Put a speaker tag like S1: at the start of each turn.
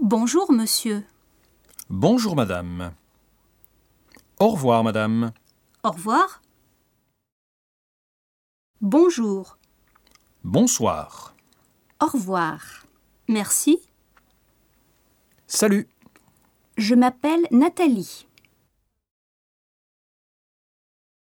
S1: Bonjour, monsieur.
S2: Bonjour, madame. Au revoir, madame.
S1: Au revoir. Bonjour.
S2: Bonsoir.
S1: Au revoir. Merci.
S2: Salut.
S1: Je m'appelle Nathalie.